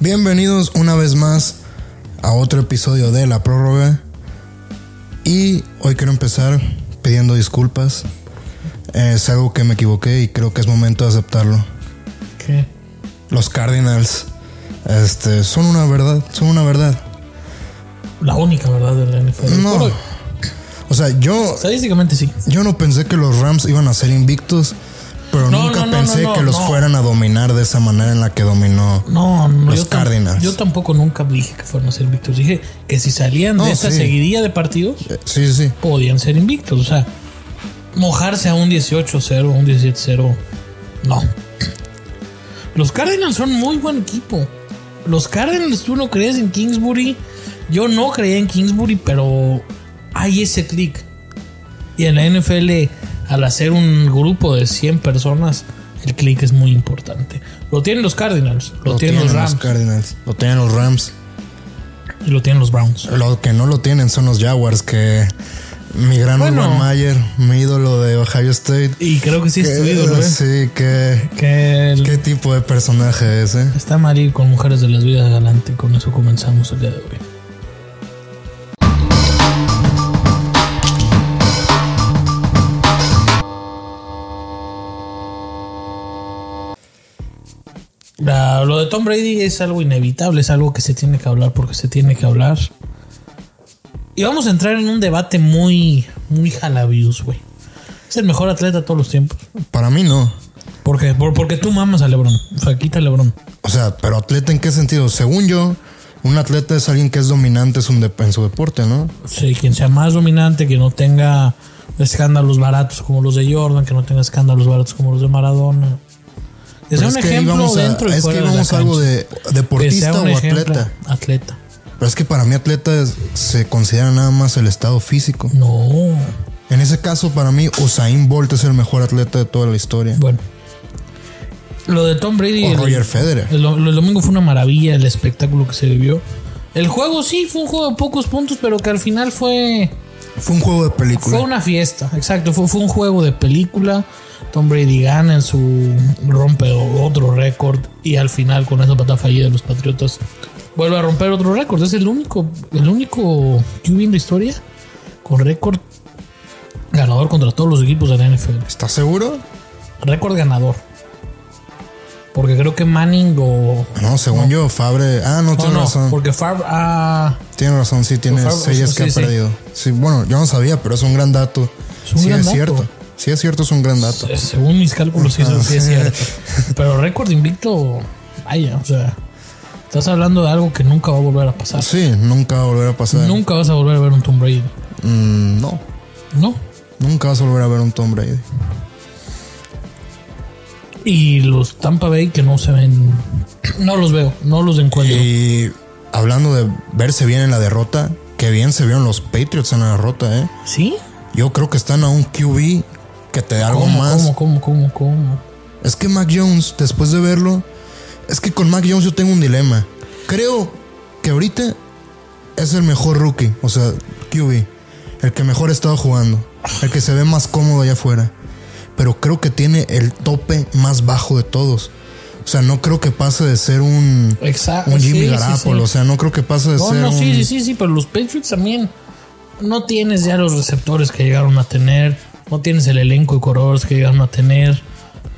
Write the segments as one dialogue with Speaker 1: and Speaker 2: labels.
Speaker 1: Bienvenidos una vez más a otro episodio de La Prórroga. Y hoy quiero empezar pidiendo disculpas. Eh, Es algo que me equivoqué y creo que es momento de aceptarlo.
Speaker 2: ¿Qué?
Speaker 1: Los Cardinals este, son una verdad, son una verdad.
Speaker 2: La única verdad de la NFL.
Speaker 1: No.
Speaker 2: Por-
Speaker 1: O sea, yo,
Speaker 2: Estadísticamente sí.
Speaker 1: yo no pensé que los Rams iban a ser invictos, pero
Speaker 2: No,
Speaker 1: nunca
Speaker 2: no, no,
Speaker 1: pensé
Speaker 2: no, no,
Speaker 1: que los
Speaker 2: no.
Speaker 1: fueran a dominar de esa manera en la que dominó.
Speaker 2: No, no.
Speaker 1: Los
Speaker 2: yo tam-
Speaker 1: Cardinals.
Speaker 2: Yo tampoco nunca dije que fueran a ser invictos. Dije que si salían
Speaker 1: No,
Speaker 2: de esta
Speaker 1: sí.
Speaker 2: seguidilla de partidos,
Speaker 1: Eh, Sí, sí, sí.
Speaker 2: podían ser invictos. O sea, mojarse a un 18-0, un 17-0. No. Los Cardinals son muy buen equipo. Los Cardinals, tú no crees en Kingsbury. Yo no creía en Kingsbury, pero hay ese click. Y en la NFL, al hacer un grupo de 100 personas, el click es muy importante. Lo tienen los Cardinals, lo, tienen, los Rams
Speaker 1: Cardinals. Lo tienen los Rams.
Speaker 2: y lo tienen los Browns.
Speaker 1: Lo que no lo tienen son los Jaguars, que mi gran
Speaker 2: Bueno.
Speaker 1: Urban Mayer, mi ídolo de Ohio State.
Speaker 2: Y creo que sí es tu
Speaker 1: Que-
Speaker 2: ídolo, ¿eh?
Speaker 1: Sí, que,
Speaker 2: Que el-
Speaker 1: qué tipo de personaje es, eh?
Speaker 2: Está mal ir con mujeres de las vidas adelante. Con eso comenzamos el día de hoy. La- lo de Tom Brady es algo inevitable, es algo que se tiene que hablar porque se tiene que hablar. Y vamos a entrar en un debate muy, muy jalabius, güey. Es el mejor atleta de todos los tiempos.
Speaker 1: Para mí no.
Speaker 2: ¿Por qué? Por- porque tú mamas a LeBron. O sea, quita a LeBron.
Speaker 1: O sea, pero atleta en qué sentido? Según yo, un atleta es alguien que es dominante en su dep- en su deporte, ¿no?
Speaker 2: Sí, quien sea más dominante, que no tenga escándalos baratos como los de Jordan, que no tenga escándalos baratos como los de Maradona. Que
Speaker 1: Pero
Speaker 2: sea un ejemplo
Speaker 1: íbamos a-
Speaker 2: dentro y
Speaker 1: es que
Speaker 2: fuera de la
Speaker 1: íbamos a algo
Speaker 2: cancha.
Speaker 1: de
Speaker 2: Que sea
Speaker 1: deportista
Speaker 2: un
Speaker 1: o
Speaker 2: ejemplo-
Speaker 1: atleta.
Speaker 2: Atleta.
Speaker 1: Pero es que para mí atleta es- se considera nada más el estado físico.
Speaker 2: No.
Speaker 1: En ese caso, para mí, Usain Bolt es el mejor atleta de toda la historia.
Speaker 2: Bueno. Lo de Tom Brady.
Speaker 1: O
Speaker 2: el-
Speaker 1: Roger Federer.
Speaker 2: El, el domingo fue una maravilla el espectáculo que se vivió. El juego sí fue un juego de pocos puntos, pero que al final fue.
Speaker 1: Fue un juego de película.
Speaker 2: Fue una fiesta, exacto. Fue, fue un juego de película. Tom Brady gana en su. rompe o- otro récord. Y al final, con esa patada fallida de los Patriotas, vuelve a romper otro récord. Es el único, el único QB en la historia con récord ganador contra todos los equipos de la NFL.
Speaker 1: ¿Estás seguro?
Speaker 2: Récord ganador. Porque creo que Manning o.
Speaker 1: No, según yo, Fabre. Ah, no,
Speaker 2: No,
Speaker 1: tiene
Speaker 2: no,
Speaker 1: razón.
Speaker 2: porque Favre. ah,
Speaker 1: Tiene razón, sí, tiene
Speaker 2: Favre-
Speaker 1: seis
Speaker 2: sí,
Speaker 1: que ha
Speaker 2: sí.
Speaker 1: perdido. Sí, bueno, yo no sabía, pero es un gran dato.
Speaker 2: Es un
Speaker 1: sí,
Speaker 2: gran
Speaker 1: es
Speaker 2: dato.
Speaker 1: cierto. Sí, es cierto, es un gran dato.
Speaker 2: Eh, Según mis cálculos, sí, eso sí
Speaker 1: Ah,
Speaker 2: es cierto. Pero récord invicto, vaya, o sea, estás hablando de algo que nunca va a volver a pasar.
Speaker 1: Sí, nunca va a volver a pasar.
Speaker 2: Nunca vas a volver a ver un Tom Brady,
Speaker 1: Mm, no,
Speaker 2: ¿no?
Speaker 1: nunca vas a volver a ver un Tom Brady.
Speaker 2: Y los Tampa Bay que no se ven, no los veo, no los encuentro.
Speaker 1: Y hablando de verse bien en la derrota, que bien se vieron los Patriots en la derrota, ¿eh?
Speaker 2: ¿Sí?
Speaker 1: Yo creo que están a un QB que te da algo
Speaker 2: ¿Cómo,
Speaker 1: más.
Speaker 2: cómo, cómo, cómo, cómo?
Speaker 1: Es que Mac Jones, después de verlo, es que con Mac Jones yo tengo un dilema. Creo que ahorita es el mejor rookie, o sea, QB, el que mejor ha estado jugando, el que se ve más cómodo allá afuera. Pero creo que tiene el tope más bajo de todos. O sea, no creo que pase de ser un,
Speaker 2: Exacto.
Speaker 1: un
Speaker 2: sí,
Speaker 1: Jimmy
Speaker 2: Pues sí,
Speaker 1: Garapolo.
Speaker 2: sí.
Speaker 1: O sea, no creo que pase de
Speaker 2: No,
Speaker 1: ser
Speaker 2: no,
Speaker 1: un.
Speaker 2: sí, sí, sí, sí, pero los Patriots también no tienes ya los receptores que llegaron a tener, no tienes el elenco de corredores que llegaron a tener.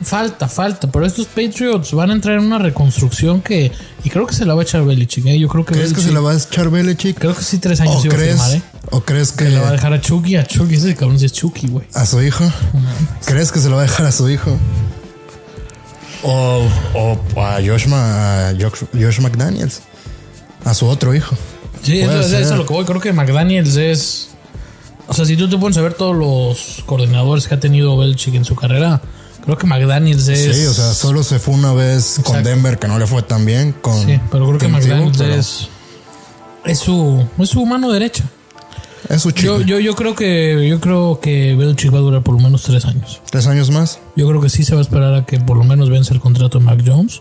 Speaker 2: Falta, falta, pero estos Patriots van a entrar en una reconstrucción que y creo que se la va a echar Belichick, ¿eh? yo creo que
Speaker 1: ¿Crees que
Speaker 2: Belichick-
Speaker 1: se la va a echar Belichick?
Speaker 2: creo que sí tres años
Speaker 1: ¿O
Speaker 2: iba a
Speaker 1: crees,
Speaker 2: firmar, ¿eh?
Speaker 1: ¿O crees que,
Speaker 2: La va a dejar a Chucky, a Chucky ese cabrón sí es Chucky, güey.
Speaker 1: ¿A su hijo? ¿Crees que se lo va a dejar a su hijo? O, o a, Josh, Ma- a Josh, Josh McDaniels. A su otro hijo.
Speaker 2: Sí,
Speaker 1: Puede
Speaker 2: eso, eso es
Speaker 1: ser.
Speaker 2: a lo que voy. Creo que McDaniels es. O sea, si tú te pones a ver todos los coordinadores que ha tenido Belichick en su carrera, creo que McDaniels es.
Speaker 1: Sí, o sea, solo se fue una vez con Denver, que no le fue tan bien. Con
Speaker 2: Sí, pero creo que
Speaker 1: Tim Tebow,
Speaker 2: McDaniels
Speaker 1: pero
Speaker 2: es, es su es su mano derecha.
Speaker 1: Es su chico.
Speaker 2: Yo, yo, yo creo que yo creo que Belichick va a durar por lo menos tres años.
Speaker 1: Tres años más.
Speaker 2: Yo creo que sí se va a esperar a que por lo menos vence el contrato de Mac Jones.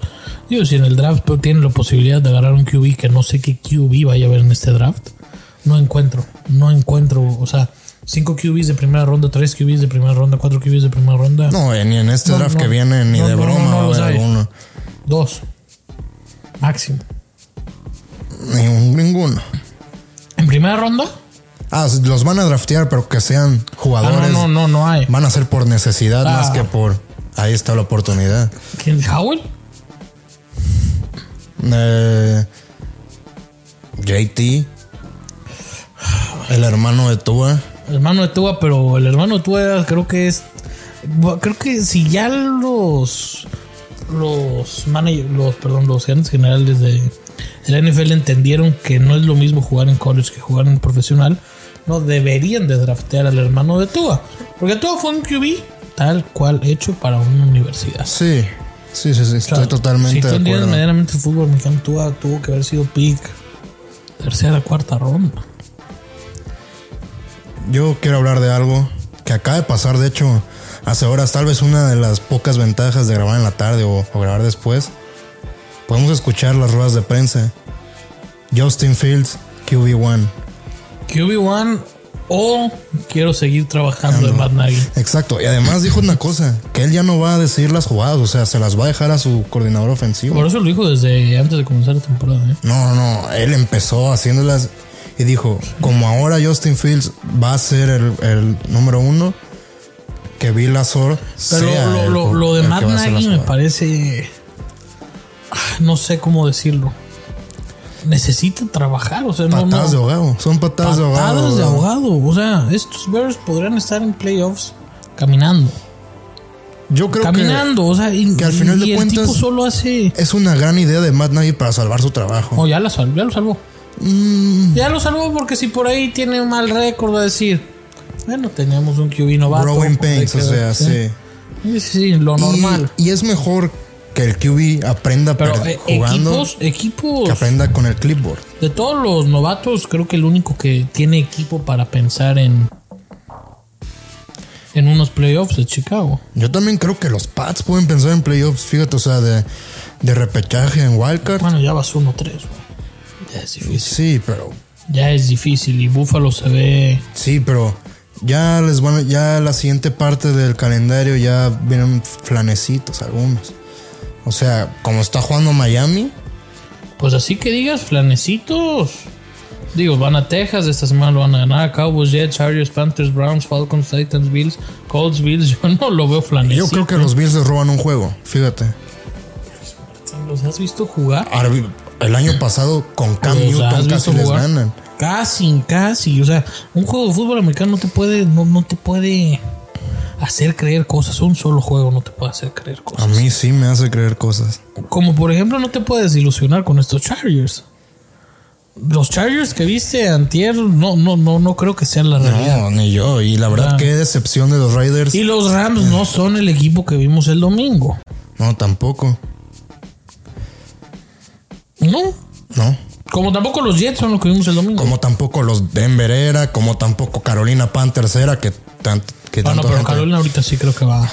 Speaker 2: Digo, si en el draft pues, tienen la posibilidad de agarrar un QB que no sé qué QB vaya a haber en este draft, no encuentro, no encuentro, o sea, cinco QBs de primera ronda, tres QBs de primera ronda, cuatro QBs de primera ronda,
Speaker 1: No, eh, ni en este
Speaker 2: No,
Speaker 1: draft
Speaker 2: no.
Speaker 1: que viene, ni
Speaker 2: No,
Speaker 1: de
Speaker 2: no, no,
Speaker 1: broma
Speaker 2: no
Speaker 1: va a
Speaker 2: los
Speaker 1: haber
Speaker 2: hay.
Speaker 1: alguno.
Speaker 2: dos máximo.
Speaker 1: Ningún- Ninguno.
Speaker 2: ¿En primera ronda?
Speaker 1: Ah, los van a draftear, pero que sean
Speaker 2: Ah,
Speaker 1: jugadores.
Speaker 2: no, no, no, no hay.
Speaker 1: Van a ser por necesidad
Speaker 2: Ah.
Speaker 1: más que por. Ahí está la oportunidad.
Speaker 2: ¿Quién? ¿Howell?
Speaker 1: Eh, JT. El hermano de Tua.
Speaker 2: Hermano de Tua, pero el hermano de Tua era- creo que es. bu- Creo que si ya los. Los managers, los, perdón, los gerentes generales de, de la NFL entendieron que no es lo mismo jugar en college que jugar en profesional, no deberían de draftear al hermano de Tua. Porque Tua fue un QB tal cual hecho para una universidad.
Speaker 1: Sí. Sí, sí, sí. Estoy
Speaker 2: sea,
Speaker 1: totalmente
Speaker 2: Si tú
Speaker 1: de
Speaker 2: entiendes
Speaker 1: acuerdo.
Speaker 2: medianamente el fútbol mexicano, Tua tuvo que haber sido pick tercera, cuarta ronda.
Speaker 1: Yo quiero hablar de algo que acaba de pasar, de hecho, hace horas, tal vez una de las pocas ventajas de grabar en la tarde o, o grabar después. Podemos escuchar las ruedas de prensa. Justin Fields, QB1.
Speaker 2: QB1 o quiero seguir trabajando en Matt Nagy.
Speaker 1: Exacto, y además dijo una cosa, que él ya no va a decir las jugadas, o sea, se las va a dejar a su coordinador ofensivo.
Speaker 2: Por eso lo dijo desde antes de comenzar la temporada. ¿eh?
Speaker 1: No, no, no. Él empezó haciéndolas y dijo: Como ahora Justin Fields va a ser el, el número uno, que Bill Lazor
Speaker 2: Pero
Speaker 1: sea
Speaker 2: lo,
Speaker 1: el-
Speaker 2: lo- lo de
Speaker 1: el que
Speaker 2: Matt
Speaker 1: va a hacer las
Speaker 2: Nagy me
Speaker 1: jugadas.
Speaker 2: parece. ah, No sé cómo decirlo. Necesita trabajar, o sea, no,
Speaker 1: Patadas de
Speaker 2: no.
Speaker 1: ahogado. Son patadas, de ahogado.
Speaker 2: Patadas de
Speaker 1: bro.
Speaker 2: ahogado. O sea, estos Bears podrían estar en playoffs caminando.
Speaker 1: Yo creo
Speaker 2: caminando, o sea, y,
Speaker 1: que al final de
Speaker 2: y el
Speaker 1: cuentas-
Speaker 2: tipo solo hace.
Speaker 1: que es una gran idea de Matt Nagy para salvar su trabajo.
Speaker 2: Oh, ya lo salvó, ya lo salvó.
Speaker 1: Mm,
Speaker 2: Ya lo salvó porque si por ahí tiene un mal récord, va a decir, bueno, teníamos un QB novato.
Speaker 1: growing
Speaker 2: pues hay
Speaker 1: pains,
Speaker 2: que
Speaker 1: o sea,
Speaker 2: ver",
Speaker 1: sí.
Speaker 2: Sí, sí, sí, lo
Speaker 1: Y-
Speaker 2: normal.
Speaker 1: Y, es mejor que el QB aprenda
Speaker 2: Pero
Speaker 1: per-
Speaker 2: eh,
Speaker 1: jugando,
Speaker 2: equipos, pues.
Speaker 1: que
Speaker 2: equipos,
Speaker 1: aprenda con el clipboard.
Speaker 2: de todos los novatos, creo que el único que tiene equipo para pensar en en unos playoffs de Chicago.
Speaker 1: Yo también creo que los Pats pueden pensar en playoffs, fíjate, o sea, de, de repechaje en Wildcard.
Speaker 2: Bueno, ya vas 1-3. güey. Ya es difícil.
Speaker 1: Sí, pero.
Speaker 2: Ya es difícil y Buffalo se ve...
Speaker 1: Sí, pero. Ya les van a- ya la siguiente parte del calendario ya vienen flanecitos algunos. O sea, como está jugando Miami,
Speaker 2: Pues así que digas, flanecitos. Digo, van a Texas, esta semana lo van a ganar. Cowboys, Jets, Chargers, Panthers, Browns, Falcons, Titans, Bills, Colts, Bills. Yo no lo veo
Speaker 1: yo
Speaker 2: flanecito.
Speaker 1: creo que los Bills les roban un juego, fíjate.
Speaker 2: ¿Los has visto jugar?
Speaker 1: Arbi- El año pasado con Cam
Speaker 2: ¿Los has
Speaker 1: Newton
Speaker 2: visto
Speaker 1: casi les
Speaker 2: jugar?
Speaker 1: ganan.
Speaker 2: Casi, casi. O sea, un juego de fútbol americano no te puede, no, no te puede hacer creer cosas. Un solo juego no te puede hacer creer
Speaker 1: A
Speaker 2: cosas.
Speaker 1: mí sí me hace creer cosas.
Speaker 2: Como por ejemplo, no te puedes ilusionar con estos Chargers. Los Chargers que viste antier, no, no, no, no creo que sean la realidad.
Speaker 1: No, ni yo. Y la verdad,
Speaker 2: Ah.
Speaker 1: qué decepción de los Raiders.
Speaker 2: Y los Rams no son el equipo que vimos el domingo.
Speaker 1: No, tampoco.
Speaker 2: No.
Speaker 1: No.
Speaker 2: Como tampoco los Jets son los que vimos el domingo.
Speaker 1: Como tampoco los Denver era, como tampoco Carolina Panthers era, que, tan- que
Speaker 2: Ah, no,
Speaker 1: tanto
Speaker 2: pero
Speaker 1: gente-
Speaker 2: Carolina ahorita sí creo que va.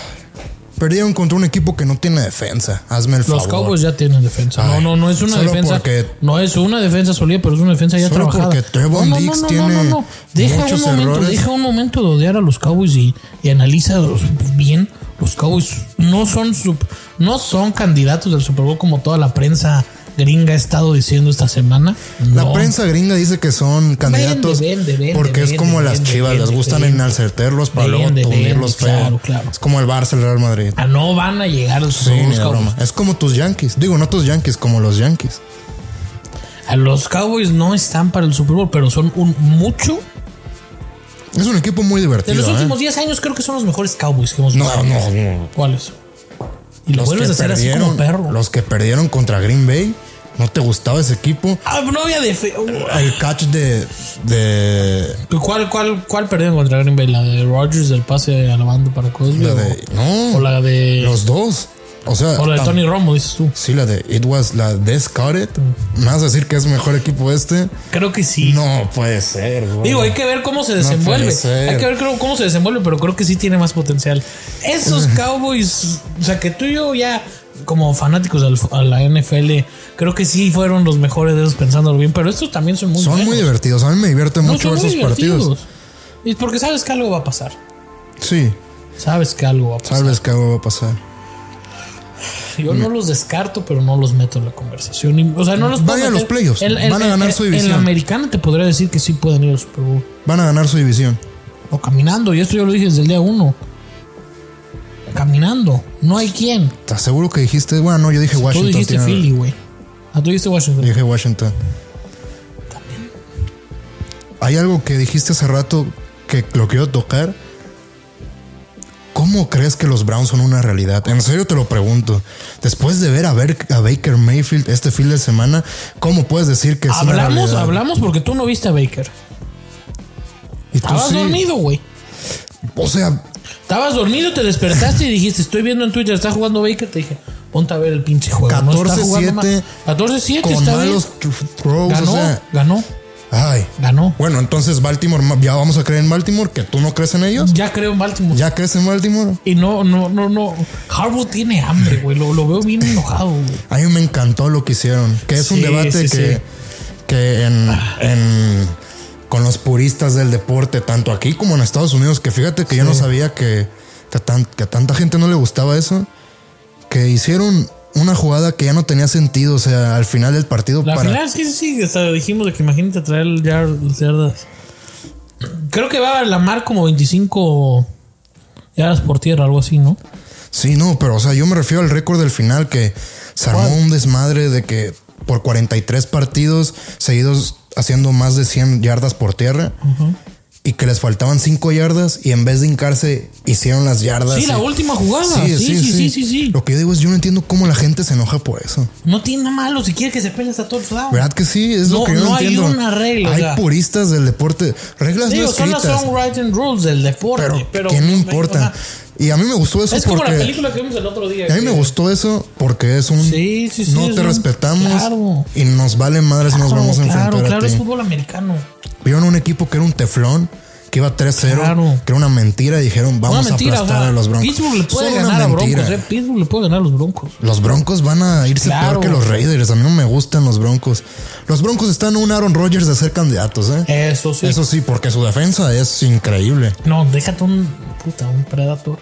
Speaker 1: Perdieron contra un equipo que no tiene defensa. Hazme el
Speaker 2: Los
Speaker 1: favor.
Speaker 2: Cowboys ya tienen defensa.
Speaker 1: Ay,
Speaker 2: no, no, no es una
Speaker 1: solo
Speaker 2: defensa.
Speaker 1: porque-
Speaker 2: no es una defensa solida, pero es una defensa ya
Speaker 1: Solo
Speaker 2: trabajada.
Speaker 1: porque Trevon
Speaker 2: no, no,
Speaker 1: Diggs
Speaker 2: no, no,
Speaker 1: tiene
Speaker 2: no, no. Deja
Speaker 1: muchos
Speaker 2: un momento,
Speaker 1: errores.
Speaker 2: deja un momento de odiar a los Cowboys y, y analiza bien. Los Cowboys no son sup- no son candidatos del Super Bowl como toda la prensa gringa ha estado diciendo esta semana.
Speaker 1: La
Speaker 2: No.
Speaker 1: prensa gringa dice que son candidatos
Speaker 2: vende, vende,
Speaker 1: porque es
Speaker 2: vende,
Speaker 1: como las
Speaker 2: vende,
Speaker 1: chivas,
Speaker 2: vende,
Speaker 1: les gustan
Speaker 2: vende.
Speaker 1: enalcerterlos para
Speaker 2: Vende,
Speaker 1: luego tundirlos
Speaker 2: vende,
Speaker 1: feo.
Speaker 2: claro, claro.
Speaker 1: Es como el Barça, el Real Madrid.
Speaker 2: Ah, no van a llegar los
Speaker 1: Sí, ni
Speaker 2: los
Speaker 1: de
Speaker 2: Cowboys.
Speaker 1: broma. Es como tus Yankees. Digo, no tus Yankees, como los Yankees.
Speaker 2: A los Cowboys no están para el Super Bowl, pero son un mucho.
Speaker 1: Es un equipo muy
Speaker 2: De
Speaker 1: divertido.
Speaker 2: los
Speaker 1: ¿eh?
Speaker 2: últimos 10 años creo que son los mejores Cowboys que hemos visto.
Speaker 1: No, no, no.
Speaker 2: ¿Cuáles? Y lo
Speaker 1: Los
Speaker 2: vuelves
Speaker 1: que
Speaker 2: a hacer así como
Speaker 1: perdieron-
Speaker 2: perro.
Speaker 1: Los que perdieron contra Green Bay. No te gustaba ese equipo.
Speaker 2: Ah, no había defe-
Speaker 1: El catch de. de.
Speaker 2: ¿Cuál, cuál, ¿Cuál perdieron contra Green Bay? ¿La de Rodgers del pase a la banda para Cosby?
Speaker 1: la
Speaker 2: o-
Speaker 1: de-
Speaker 2: o,
Speaker 1: no.
Speaker 2: la de.
Speaker 1: Los dos. O sea.
Speaker 2: o la de
Speaker 1: tam-
Speaker 2: eh. Tony Romo, dices tú.
Speaker 1: Sí, la de It Was la Descarted. ¿Me vas a decir que es mejor equipo este?
Speaker 2: Creo que sí.
Speaker 1: No puede ser, güey.
Speaker 2: Digo, hay que ver cómo se desenvuelve.
Speaker 1: puede ser.
Speaker 2: hay que ver creo, cómo se desenvuelve, pero creo que sí tiene más potencial. Esos Cowboys, o sea, que tú y yo ya, como fanáticos al- a la NFL, creo que sí fueron los mejores de esos pensándolo bien, pero estos también son muy
Speaker 1: Son
Speaker 2: buenos.
Speaker 1: muy divertidos. A mí me divierte
Speaker 2: No,
Speaker 1: mucho
Speaker 2: son
Speaker 1: ver
Speaker 2: muy
Speaker 1: esos partidos.
Speaker 2: divertidos. Y porque sabes que algo va a pasar.
Speaker 1: Sí,
Speaker 2: Sabes que algo va a pasar.
Speaker 1: tal vez que algo va a pasar.
Speaker 2: Yo no los descarto, pero no los meto en la conversación. Y, O sea, no los puedo
Speaker 1: Vayan a los
Speaker 2: meter.
Speaker 1: playoffs.
Speaker 2: En- en-
Speaker 1: Van a ganar
Speaker 2: en-
Speaker 1: su
Speaker 2: En
Speaker 1: división.
Speaker 2: la americana te podría decir que sí pueden ir al Super Bowl.
Speaker 1: Van a ganar su división.
Speaker 2: O caminando. Y esto yo lo dije desde el día uno. Caminando. No hay quien.
Speaker 1: ¿Estás seguro que dijiste? Bueno, no, yo dije
Speaker 2: Tú
Speaker 1: Washington.
Speaker 2: dijiste
Speaker 1: tiene-
Speaker 2: Philly, güey. Ah, tú dijiste Washington.
Speaker 1: Dije Washington. Hay algo que dijiste hace rato que lo quiero tocar. ¿Cómo crees que los Browns son una realidad? En serio te lo pregunto. Después de ver a, ver a Baker Mayfield este fin de semana, ¿cómo puedes decir que es una
Speaker 2: Hablamos,
Speaker 1: realidad?
Speaker 2: hablamos porque tú no viste a Baker.
Speaker 1: Y tú
Speaker 2: Estabas
Speaker 1: sí.
Speaker 2: dormido, güey.
Speaker 1: O sea,
Speaker 2: Estabas dormido, te despertaste y dijiste, estoy viendo en Twitter, está jugando Baker. Te dije, ponte a ver el pinche juego. no está jugando
Speaker 1: 14-7,
Speaker 2: mal. 14-7
Speaker 1: con
Speaker 2: está bien.
Speaker 1: malos tr- throws,
Speaker 2: Ganó,
Speaker 1: o sea,
Speaker 2: ganó,
Speaker 1: ay.
Speaker 2: ganó.
Speaker 1: Bueno, entonces Baltimore, ya vamos a creer en Baltimore, que tú no crees en ellos.
Speaker 2: Ya creo en Baltimore.
Speaker 1: ¿Ya crees en Baltimore?
Speaker 2: Y no, no, no, no. Harbaugh tiene hambre, güey. Lo, lo veo bien enojado, güey.
Speaker 1: A mí me encantó lo que hicieron. Que es un
Speaker 2: Sí,
Speaker 1: debate
Speaker 2: sí,
Speaker 1: que,
Speaker 2: sí.
Speaker 1: que en, en- con los puristas del deporte, tanto aquí como en Estados Unidos, que fíjate que yo no sabía que, que tan- que a tanta gente no le gustaba eso. Que hicieron una jugada que ya no tenía sentido. O sea, al final del partido
Speaker 2: La
Speaker 1: para.
Speaker 2: final sí, sí, sí. Hasta dijimos de que imagínate traer el jar yardas. Creo que va a la mar como 25 yardas por tierra, algo así, ¿no?
Speaker 1: Sí, no, pero o sea, yo me refiero al récord del final que se armó un desmadre de que por 43 partidos seguidos haciendo más de 100 yardas por tierra y que les faltaban 5 yardas y en vez de hincarse hicieron las yardas.
Speaker 2: Sí,
Speaker 1: y-
Speaker 2: la última jugada. Sí, sí, sí, sí, sí.
Speaker 1: Lo que yo digo es, yo no entiendo cómo la gente se enoja por eso.
Speaker 2: No tiene nada malo si quiere que se peleen a todos lados.
Speaker 1: ¿Verdad que sí? Es
Speaker 2: No,
Speaker 1: lo que yo no,
Speaker 2: no hay
Speaker 1: entiendo.
Speaker 2: una regla, o
Speaker 1: Hay
Speaker 2: sea.
Speaker 1: puristas del deporte. Reglas
Speaker 2: Digo,
Speaker 1: no
Speaker 2: son las
Speaker 1: escritas.
Speaker 2: songwriting rules del deporte.
Speaker 1: Pero,
Speaker 2: Pero,
Speaker 1: ¿quién le
Speaker 2: pues,
Speaker 1: importa?
Speaker 2: ajá.
Speaker 1: Y a mí me gustó eso
Speaker 2: Es como
Speaker 1: porque...
Speaker 2: la película que vimos el otro día.
Speaker 1: A mí me
Speaker 2: que-
Speaker 1: gustó eso porque es un
Speaker 2: Este, Sí, sí, sí,
Speaker 1: no
Speaker 2: es
Speaker 1: te
Speaker 2: un-
Speaker 1: respetamos
Speaker 2: claro.
Speaker 1: y nos vale madres nos
Speaker 2: Claro,
Speaker 1: vamos a enfrentar
Speaker 2: Ah, claro,
Speaker 1: a
Speaker 2: claro,
Speaker 1: ti.
Speaker 2: es fútbol americano.
Speaker 1: Vieron un equipo que era un teflón, que iba 3-0,
Speaker 2: Claro.
Speaker 1: que era una mentira y dijeron vamos
Speaker 2: Una
Speaker 1: a
Speaker 2: mentira,
Speaker 1: aplastar
Speaker 2: o sea,
Speaker 1: a los Broncos.
Speaker 2: Pittsburgh le puede
Speaker 1: Solo una
Speaker 2: ganar a
Speaker 1: mentira.
Speaker 2: Broncos, eh. Pittsburgh le puede ganar a los Broncos.
Speaker 1: Los Broncos van a irse
Speaker 2: Claro.
Speaker 1: peor que los Raiders. A mí no me gustan los Broncos. Los Broncos están a un Aaron Rodgers de ser candidatos, ¿eh?
Speaker 2: Eso sí.
Speaker 1: Eso sí, porque su defensa es increíble.
Speaker 2: No, déjate un puta, un Predator.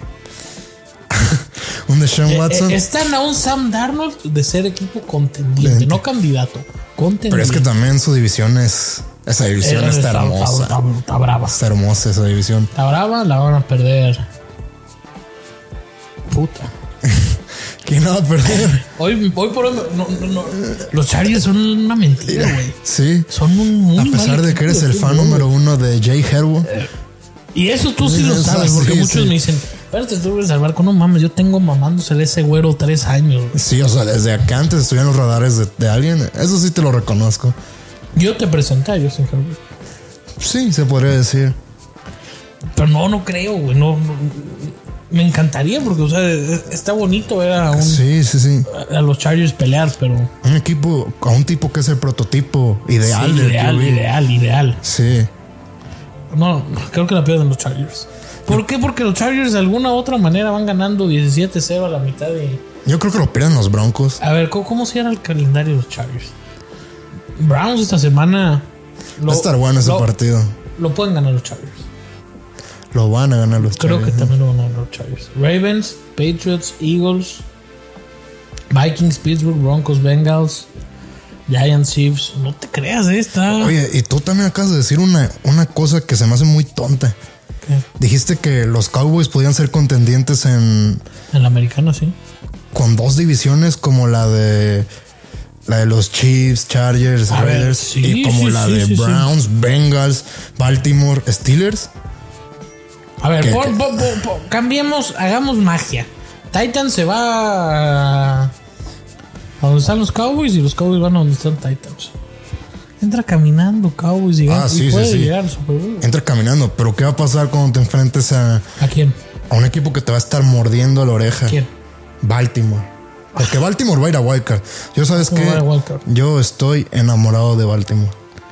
Speaker 1: Un Deshaun Watson.
Speaker 2: Eh, están a un Sam Darnold de ser equipo contendiente, no candidato. Contendiente.
Speaker 1: pero es que también su división es. Esa división
Speaker 2: Eh,
Speaker 1: está
Speaker 2: está-
Speaker 1: hermosa.
Speaker 2: Está, está- está brava.
Speaker 1: Está hermosa esa división.
Speaker 2: Está brava, la van a perder. Puta.
Speaker 1: ¿Quién la va a perder?
Speaker 2: Hoy, hoy por hoy, no, no, no. los Chargers son una mentira, güey.
Speaker 1: Sí.
Speaker 2: Son un muy
Speaker 1: A
Speaker 2: mal
Speaker 1: pesar de
Speaker 2: equipo
Speaker 1: que eres el fan
Speaker 2: fútbol.
Speaker 1: número uno de Jay Herbo.
Speaker 2: Y eso tú sí lo
Speaker 1: Eso
Speaker 2: sabes, porque
Speaker 1: sí,
Speaker 2: muchos
Speaker 1: sí.
Speaker 2: me dicen, espérate, tú eres al barco, no mames, yo tengo mamándosele a ese güero tres años. güey".
Speaker 1: Sí, o sea, desde que antes estuvieron los radares de, de alguien. Eso sí te lo reconozco.
Speaker 2: Yo te presenté a Justin Herbert.
Speaker 1: Sí, se podría decir.
Speaker 2: Pero no, no creo, güey. No, no- me encantaría porque, o sea, e- está bonito ver a, un-
Speaker 1: Sí, sí, sí.
Speaker 2: a los Chargers pelear, pero
Speaker 1: Un equipo, a un tipo que es el prototipo ideal
Speaker 2: sí,
Speaker 1: del
Speaker 2: ideal,
Speaker 1: QB.
Speaker 2: ideal, ideal.
Speaker 1: Sí.
Speaker 2: No, creo que la pierden los Chargers. ¿Por qué? Porque los Chargers de alguna u otra manera van ganando 17-0 a la mitad de...
Speaker 1: Yo creo que lo pierden los Broncos.
Speaker 2: A ver, ¿cómo, cómo cierra el calendario de los Chargers? Browns esta semana...
Speaker 1: Va a estar bueno ese
Speaker 2: lo-
Speaker 1: partido.
Speaker 2: Lo pueden ganar los Chargers.
Speaker 1: Lo van a ganar los
Speaker 2: Creo
Speaker 1: Chargers.
Speaker 2: que también lo van a ganar los Chargers. Ravens, Patriots, Eagles, Vikings, Pittsburgh, Broncos, Bengals, Giants, Chiefs. No te creas esta.
Speaker 1: Oye, y tú también acabas de decir una, una cosa que se me hace muy tonta. Dijiste que los Cowboys podían ser contendientes en,
Speaker 2: En la americana, sí.
Speaker 1: con dos divisiones como la de la de los Chiefs, Chargers,
Speaker 2: A ver,
Speaker 1: Raiders
Speaker 2: sí,
Speaker 1: y como
Speaker 2: sí,
Speaker 1: la
Speaker 2: sí,
Speaker 1: de
Speaker 2: sí, sí.
Speaker 1: Browns, Bengals, Baltimore, Steelers.
Speaker 2: A ver,
Speaker 1: ¿Qué-
Speaker 2: pon-
Speaker 1: qué?
Speaker 2: pon- pon- pon- cambiemos, hagamos magia. Titan se va a... a donde están los Cowboys y los Cowboys van a donde están Titans. Entra caminando Cowboys y, gana- y
Speaker 1: Ah, sí, sí,
Speaker 2: puede
Speaker 1: sí.
Speaker 2: llegar al Super Bowl.
Speaker 1: Entra caminando, pero ¿qué va a pasar cuando te enfrentes a,
Speaker 2: ¿A quién?
Speaker 1: a un equipo que te va a estar mordiendo la oreja?
Speaker 2: ¿Quién?
Speaker 1: Baltimore. Porque Baltimore va a ir a Wildcard. Yo sabes
Speaker 2: ¿Cómo
Speaker 1: que
Speaker 2: va a ir a wild card?
Speaker 1: yo estoy enamorado de Baltimore.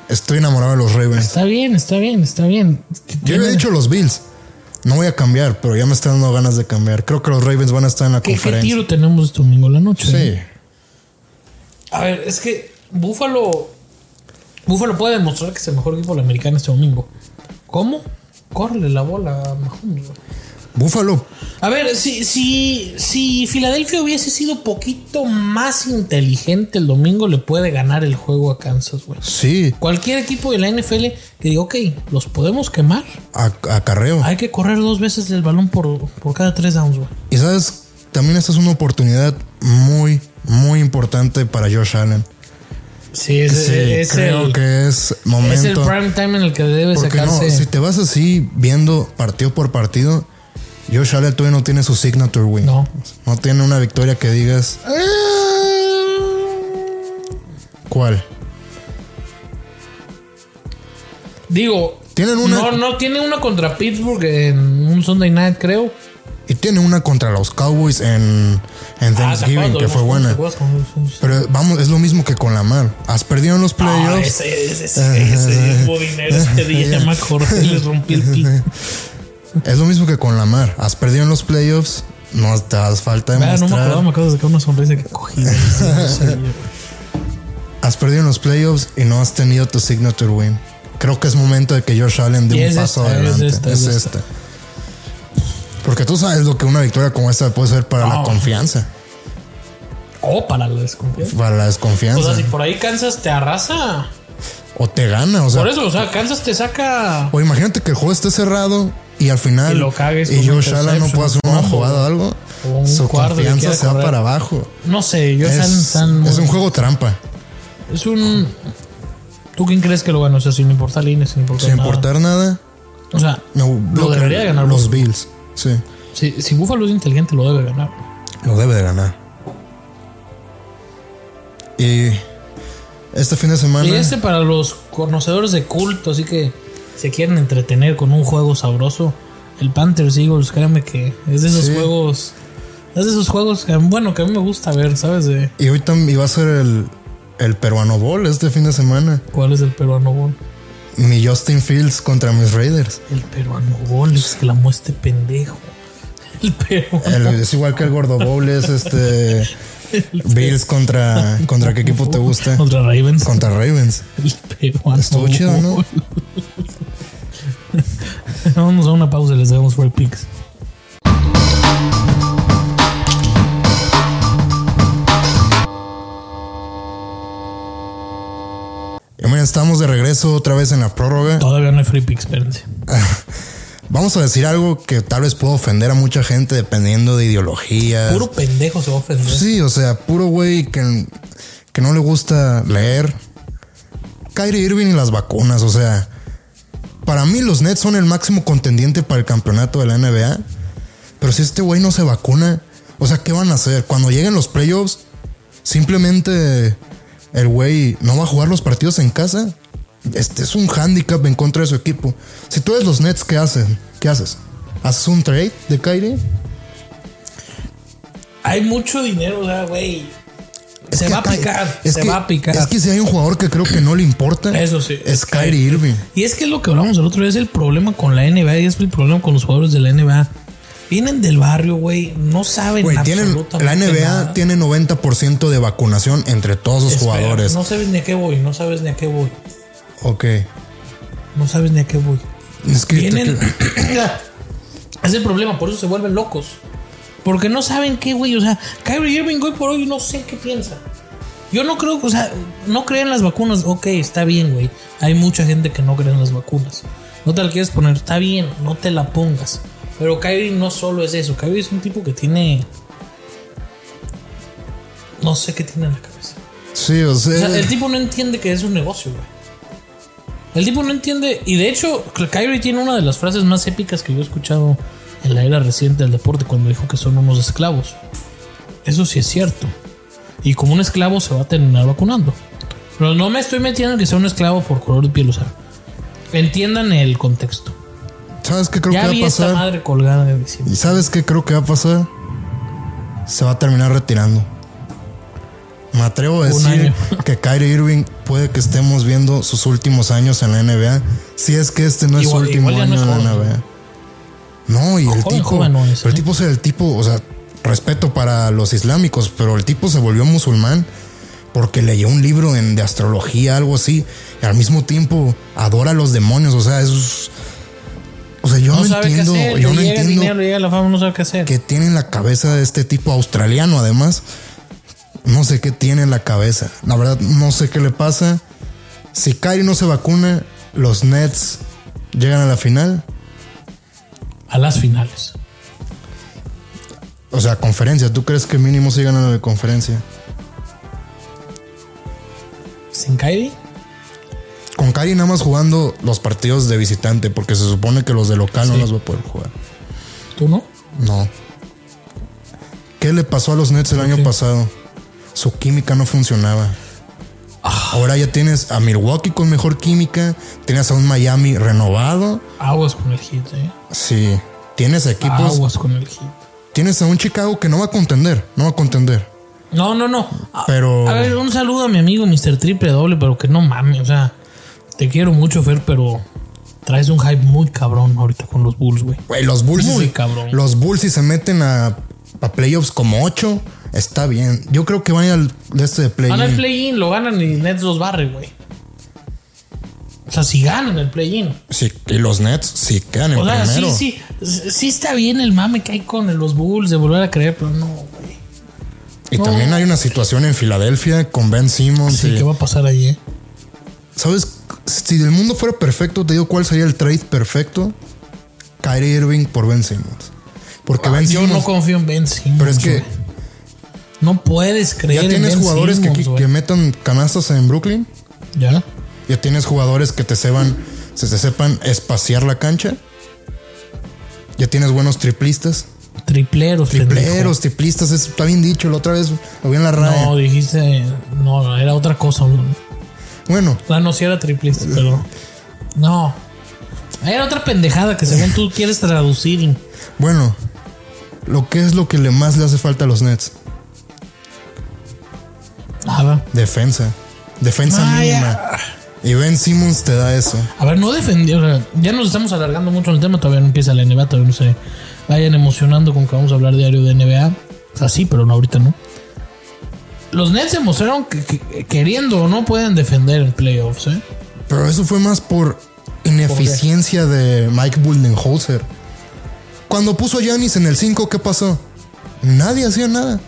Speaker 1: Estoy enamorado de los Ravens.
Speaker 2: Está bien, está bien, está bien.
Speaker 1: Yo había dicho los Bills. No voy a cambiar, pero ya me están dando ganas de cambiar. Creo que los Ravens van a estar en la
Speaker 2: ¿Qué, qué
Speaker 1: conferencia.
Speaker 2: tiro tenemos este domingo en la noche?
Speaker 1: Sí.
Speaker 2: A ver, es que Búfalo. Búfalo puede demostrar que es el mejor equipo de la americana este domingo. ¿Cómo? Corre la bola a Mahomes. güey.
Speaker 1: Búfalo.
Speaker 2: A ver, si, si, si Filadelfia hubiese sido poquito más inteligente el domingo, le puede ganar el juego a Kansas, güey.
Speaker 1: Sí,
Speaker 2: Cualquier equipo de la NFL que diga, ok, los podemos quemar.
Speaker 1: a- acarreo.
Speaker 2: Hay que correr dos veces el balón por, por cada tres downs, güey.
Speaker 1: Y sabes, también esta es una oportunidad muy, muy importante para Josh Allen.
Speaker 2: Sí, es,
Speaker 1: Sí,
Speaker 2: es
Speaker 1: creo
Speaker 2: el,
Speaker 1: que es
Speaker 2: es el
Speaker 1: momento.
Speaker 2: prime time en el que debe
Speaker 1: porque no,
Speaker 2: sacarse.
Speaker 1: si te vas así viendo partido por partido, Josh Allen todavía no tiene su signature win.
Speaker 2: No.
Speaker 1: No tiene una victoria que digas. "Eh, ¿Cuál?
Speaker 2: Digo,
Speaker 1: Tienen una-
Speaker 2: no, no tiene una contra Pittsburgh en un Sunday night, creo.
Speaker 1: Y tiene una contra los Cowboys en, en
Speaker 2: Ah,
Speaker 1: Thanksgiving,
Speaker 2: ¿te acuerdas?
Speaker 1: que fue
Speaker 2: ¿Te
Speaker 1: buena.
Speaker 2: acuerdas cuando fuimos?
Speaker 1: Pero vamos, es lo mismo que con la mar. Has perdido en los
Speaker 2: Ah,
Speaker 1: playoffs.
Speaker 2: ese, ese, ese, ese hubo dinero ese día, ya me acordé, les rompí el pie.
Speaker 1: Es lo mismo que con la mar. Has perdido en los playoffs. No te das falta de
Speaker 2: Ah, no me
Speaker 1: mostrar.
Speaker 2: acordaba, me acabo de sacar una sonrisa que cogí. No sé, yo.
Speaker 1: has perdido en los playoffs y no has tenido tu signature win. Creo que es momento de que Josh Allen
Speaker 2: Y
Speaker 1: dé un
Speaker 2: es
Speaker 1: paso
Speaker 2: esta, es
Speaker 1: adelante. Es,
Speaker 2: esta,
Speaker 1: esta,
Speaker 2: es esta.
Speaker 1: Porque tú sabes lo que una victoria como esta puede ser para
Speaker 2: No.
Speaker 1: la confianza,
Speaker 2: Oh, para la desconfianza.
Speaker 1: para la
Speaker 2: O sea,
Speaker 1: desconfianza.
Speaker 2: si por ahí Kansas te arrasa.
Speaker 1: O te gana, o sea.
Speaker 2: Por eso, o sea, Kansas te saca.
Speaker 1: O imagínate que el juego esté cerrado y al final
Speaker 2: Y lo cagues
Speaker 1: y
Speaker 2: con
Speaker 1: Josh
Speaker 2: una
Speaker 1: Allen no pueda hacer una
Speaker 2: interception,
Speaker 1: jugada o algo,
Speaker 2: O un
Speaker 1: su
Speaker 2: cuarto que
Speaker 1: confianza
Speaker 2: quiera
Speaker 1: se va
Speaker 2: correr.
Speaker 1: para abajo.
Speaker 2: No sé, yo San,
Speaker 1: Es,
Speaker 2: San-
Speaker 1: es un juego trampa,
Speaker 2: Es un. ¿Tú quién crees que lo gana? O sea, sin importar líneas, sin importar.
Speaker 1: sin
Speaker 2: nada.
Speaker 1: importar nada.
Speaker 2: O sea,
Speaker 1: No,
Speaker 2: lo
Speaker 1: que-
Speaker 2: debería ganar
Speaker 1: los
Speaker 2: Buffalo.
Speaker 1: Bills. Sí,
Speaker 2: si, si Buffalo es inteligente, lo debe ganar.
Speaker 1: lo debe de ganar. Y este fin de semana
Speaker 2: Y este para los conocedores de culto, así que se quieren entretener con un juego sabroso. El Panthers Eagles, créanme que es de esos
Speaker 1: Sí.
Speaker 2: juegos. Es de esos juegos que, bueno, que a mí me gusta ver, ¿sabes? De,
Speaker 1: y hoy también va a ser el el peruano bowl este fin de semana.
Speaker 2: ¿Cuál es el peruano gol?
Speaker 1: Mi Justin Fields contra mis Raiders.
Speaker 2: El peruano gol, es que la muestre pendejo. El peruano.
Speaker 1: El- es igual que el Gordo Bowl, es este. Bills contra. ¿Contra qué equipo te gusta?
Speaker 2: Contra Ravens.
Speaker 1: Contra Ravens.
Speaker 2: El peruano.
Speaker 1: Estuvo chido, ¿no?
Speaker 2: Vamos a una pausa y les damos Red Picks.
Speaker 1: Y mira, estamos de regreso otra vez en la prórroga.
Speaker 2: Todavía no hay free picks, espérense.
Speaker 1: Vamos a decir algo que tal vez pueda ofender a mucha gente dependiendo de ideología.
Speaker 2: Puro pendejo se va a ofender.
Speaker 1: Pues Sí, o sea, puro güey que, que no le gusta leer. Kyrie Irving y las vacunas, o sea. Para mí los Nets son el máximo contendiente para el campeonato de la NBA. Pero si este güey no se vacuna, o sea, ¿qué van a hacer? Cuando lleguen los playoffs, simplemente el güey no va a jugar los partidos en casa. Este es un handicap en contra de su equipo. Si tú eres los Nets, ¿qué hacen? ¿Qué haces? ¿Haces un trade de Kyrie?
Speaker 2: Hay mucho dinero, o sea, güey.
Speaker 1: Es
Speaker 2: Se
Speaker 1: que
Speaker 2: va a
Speaker 1: Ky-
Speaker 2: picar.
Speaker 1: es
Speaker 2: Se
Speaker 1: que-
Speaker 2: va a picar.
Speaker 1: Es que si hay un jugador que creo que no le importa,
Speaker 2: Eso sí,
Speaker 1: es
Speaker 2: es Kyrie.
Speaker 1: Kyrie Irving.
Speaker 2: Y es que es lo que hablamos el otro día, es el problema con la NBA y es el problema con los jugadores de la NBA. Vienen del barrio, güey. No saben
Speaker 1: Güey, tienen,
Speaker 2: absolutamente
Speaker 1: la NBA
Speaker 2: nada.
Speaker 1: tiene 90% de vacunación entre todos los
Speaker 2: Espera,
Speaker 1: jugadores.
Speaker 2: No sabes ni a qué voy, no sabes ni a qué voy.
Speaker 1: Ok.
Speaker 2: No sabes ni a qué voy.
Speaker 1: Es que
Speaker 2: Tienen. es el problema, por eso se vuelven locos. Porque no saben qué, güey. O sea, Kyrie Irving hoy por hoy no sé qué piensa. Yo no creo, o sea, no creen las vacunas. Ok, está bien, güey. Hay mucha gente que no cree en las vacunas. No te la quieres poner, está bien, no te la pongas. Pero Kyrie no solo es eso. Kyrie es un tipo que tiene. No sé qué tiene en la cabeza.
Speaker 1: sí, o sea,
Speaker 2: O sea, el tipo no entiende que es un negocio, güey. El tipo no entiende. Y de hecho, Kyrie tiene una de las frases más épicas que yo he escuchado en la era reciente del deporte cuando dijo que son unos esclavos. Eso sí es cierto. Y como un esclavo se va a terminar vacunando. Pero no me estoy metiendo en que sea un esclavo por color de piel, o sea. Entiendan el contexto.
Speaker 1: ¿sabes qué creo
Speaker 2: ya
Speaker 1: que
Speaker 2: vi
Speaker 1: va a
Speaker 2: esta
Speaker 1: pasar?
Speaker 2: madre colgada de diciembre.
Speaker 1: ¿Y sabes qué creo que va a pasar? Se va a terminar retirando. Me atrevo a
Speaker 2: Un
Speaker 1: decir
Speaker 2: año.
Speaker 1: que Kyrie Irving puede que estemos viendo sus últimos años en la NBA. Si es que este no es
Speaker 2: Igual-
Speaker 1: su último
Speaker 2: igual ya
Speaker 1: año
Speaker 2: no es
Speaker 1: en la
Speaker 2: joven.
Speaker 1: NBA. No, y el
Speaker 2: Joven,
Speaker 1: tipo.
Speaker 2: joven no es,
Speaker 1: el
Speaker 2: ¿eh?
Speaker 1: tipo es el tipo, o sea, respeto para los islámicos, pero el tipo se volvió musulmán porque leyó un libro en- de astrología, algo así, y al mismo tiempo adora a los demonios. O sea, es. O sea, yo no,
Speaker 2: sabe
Speaker 1: entiendo,
Speaker 2: qué hacer.
Speaker 1: yo
Speaker 2: le
Speaker 1: no
Speaker 2: llega el
Speaker 1: entiendo
Speaker 2: dinero, le llega la fama, no sabe qué hacer.
Speaker 1: qué tiene en la cabeza de este tipo australiano, además. No sé qué tiene en la cabeza. La verdad, no sé qué le pasa. Si Kyrie no se vacuna, los Nets llegan a la final.
Speaker 2: A las finales.
Speaker 1: O sea, conferencia. ¿Tú crees que mínimo se llegan a la de conferencia?
Speaker 2: Sin Kyrie.
Speaker 1: Con Kyrie nada más jugando los partidos de visitante, porque se supone que los de local no
Speaker 2: Sí.
Speaker 1: los va a poder jugar.
Speaker 2: ¿Tú no?
Speaker 1: No. ¿Qué le pasó a los Nets el año pasado? Su química no funcionaba.
Speaker 2: Ah.
Speaker 1: Ahora ya tienes a Milwaukee con mejor química, tienes a un Miami renovado.
Speaker 2: Aguas con el hit, eh.
Speaker 1: Sí, tienes equipos,
Speaker 2: Aguas con el hit.
Speaker 1: tienes a un Chicago que no va a contender, no va a contender.
Speaker 2: No, no, no. A-
Speaker 1: Pero-
Speaker 2: A ver, un saludo a mi amigo Mr. Triple Doble, pero que no mames. O sea, te quiero mucho, Fer, pero traes un hype muy cabrón ahorita con los Bulls, güey.
Speaker 1: Güey, los Bulls, si
Speaker 2: Muy
Speaker 1: se-
Speaker 2: cabrón.
Speaker 1: los Bulls si se meten a, a playoffs como 8, está bien. Yo creo que van a ir al de este de play.
Speaker 2: Van al play-in, lo ganan y Nets los barre, güey. O sea, si ganan el play-in.
Speaker 1: Sí, y los Nets sí quedan en
Speaker 2: O sea,
Speaker 1: primero.
Speaker 2: sí, sí. Sí está bien el mame que hay con los Bulls de volver a creer, pero no, güey.
Speaker 1: Y también hay una situación en Filadelfia con Ben Simmons.
Speaker 2: Sí,
Speaker 1: y-
Speaker 2: ¿qué va a pasar ahí, eh?
Speaker 1: ¿Sabes? Si el mundo fuera perfecto, te digo cuál sería el trade perfecto. Kyrie Irving por Ben Simmons. Porque Ben
Speaker 2: Ah, Yo
Speaker 1: Simmons.
Speaker 2: no confío en Ben Simmons.
Speaker 1: pero es que
Speaker 2: güey. No puedes
Speaker 1: ya
Speaker 2: creer en
Speaker 1: tienes
Speaker 2: Ben
Speaker 1: jugadores que-
Speaker 2: Simmons,
Speaker 1: que,
Speaker 2: güey.
Speaker 1: que metan canastas en Brooklyn.
Speaker 2: Ya.
Speaker 1: Ya tienes jugadores que te sepan, se te sepan espaciar la cancha. Ya tienes buenos triplistas.
Speaker 2: Tripleros, pendejo.
Speaker 1: Tripleros, triplistas, eso está bien dicho. La otra vez lo vi en la radio.
Speaker 2: No, dijiste. No, era otra cosa.
Speaker 1: Bueno,
Speaker 2: La no, sí era triplista, pero. No. Era otra pendejada que según tú quieres traducir.
Speaker 1: bueno. Lo que es lo que le más le hace falta a los Nets.
Speaker 2: Nada.
Speaker 1: Defensa. Defensa
Speaker 2: Ay, ah.
Speaker 1: mínima. Y Ben Simmons te da eso.
Speaker 2: A ver, no defendió. o sea, ya nos estamos alargando mucho en el tema. Todavía no empieza la NBA. Todavía no se vayan emocionando con que vamos a hablar diario de NBA. O sea, sí, pero no ahorita no. Los Nets demostraron que, que- queriendo o no pueden defender en playoffs, ¿eh?
Speaker 1: Pero eso fue más por ineficiencia de Mike Buldenholzer. Cuando puso a Giannis en el 5, ¿qué pasó? Nadie hacía nada.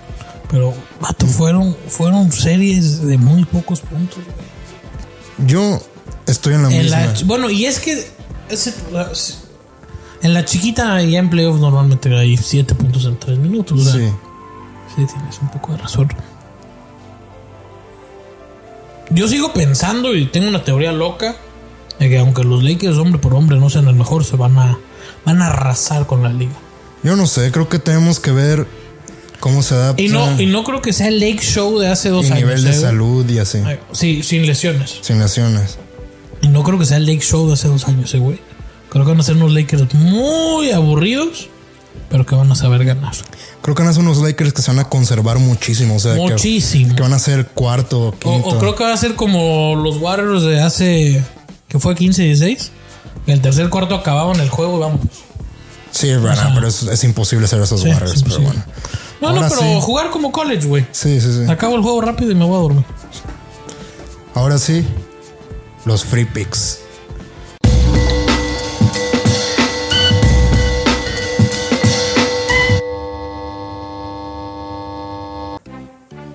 Speaker 2: Pero, vato, fueron, fueron series de muy pocos puntos, güey.
Speaker 1: Yo estoy en la
Speaker 2: En
Speaker 1: misma.
Speaker 2: la chi- bueno, y es que ese- en la chiquita ya en playoff normalmente hay 7 puntos en 3 minutos. o sea,
Speaker 1: Sí.
Speaker 2: sí, tienes un poco de razón. Yo sigo pensando y tengo una teoría loca de que aunque los Lakers hombre por hombre no sean el mejor, se van a van a arrasar con la liga.
Speaker 1: Yo no sé, creo que tenemos que ver cómo se adapta
Speaker 2: Y no, y no creo que sea el Lake Show de hace dos
Speaker 1: el
Speaker 2: años.
Speaker 1: nivel de
Speaker 2: ¿eh?
Speaker 1: salud y así.
Speaker 2: Ay, Sí, sin lesiones.
Speaker 1: Sin lesiones.
Speaker 2: Y no creo que sea el Lake Show de hace dos años, eh, güey. Creo que van a ser unos Lakers muy aburridos, pero que van a saber ganar.
Speaker 1: Creo que van a ser unos Lakers que se van a conservar muchísimo. O sea, que-
Speaker 2: Muchísimo.
Speaker 1: Que, van a ser cuarto
Speaker 2: O,
Speaker 1: quinto.
Speaker 2: o creo que va a ser como los Warriors de hace. que fue 15, 16. En el tercer cuarto acababan el juego y vamos.
Speaker 1: Sí, bueno, pero es, es imposible ser esos
Speaker 2: Sí,
Speaker 1: Warriors.
Speaker 2: es
Speaker 1: pero
Speaker 2: imposible.
Speaker 1: bueno.
Speaker 2: No,
Speaker 1: Ahora
Speaker 2: no, pero
Speaker 1: sí.
Speaker 2: jugar como college, güey.
Speaker 1: Sí, sí, sí.
Speaker 2: Acabo el juego rápido y me voy a dormir.
Speaker 1: Ahora sí, los free picks.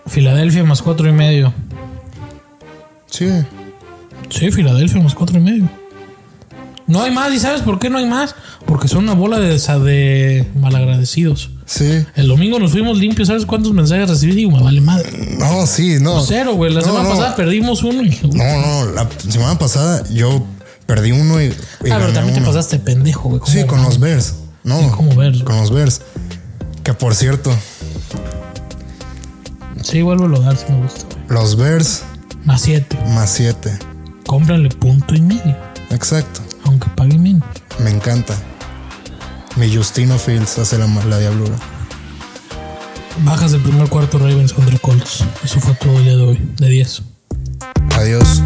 Speaker 2: Filadelfia más cuatro y medio.
Speaker 1: Sí.
Speaker 2: Sí, Filadelfia más cuatro y medio. No hay más, ¿y sabes por qué no hay más? Porque son una bola de, desa- de malagradecidos.
Speaker 1: Sí.
Speaker 2: El domingo nos fuimos limpios, ¿sabes cuántos mensajes recibí? Digo, me vale madre.
Speaker 1: No, sí, no.
Speaker 2: Pues Cero, güey. La
Speaker 1: No,
Speaker 2: semana
Speaker 1: no.
Speaker 2: pasada perdimos uno. Y...
Speaker 1: No, no, la semana pasada yo perdí uno y, y
Speaker 2: ah,
Speaker 1: gané
Speaker 2: pero también te
Speaker 1: uno.
Speaker 2: pasaste pendejo, güey.
Speaker 1: Sí,
Speaker 2: ¿Cómo?
Speaker 1: con los Bears. No,
Speaker 2: ¿Cómo Bears, güey?
Speaker 1: Con los Bears. Que por cierto,
Speaker 2: Sí, vuelvo a lograr si me gusta, güey.
Speaker 1: los Bears
Speaker 2: Más siete.
Speaker 1: más 7.
Speaker 2: Cómprale punto y medio,
Speaker 1: Exacto.
Speaker 2: aunque pague menos.
Speaker 1: Me encanta. Mi Justino Fields hace la, la diablura.
Speaker 2: Bajas del primer cuarto Ravens contra Colts. Eso fue todo el día de hoy, de 10.
Speaker 1: Adiós.